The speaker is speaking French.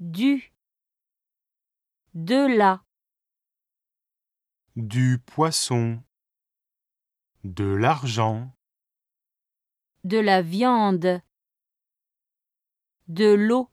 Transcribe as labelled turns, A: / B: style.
A: du, de la,
B: du poisson, de l'argent,
A: de la viande, de l'eau.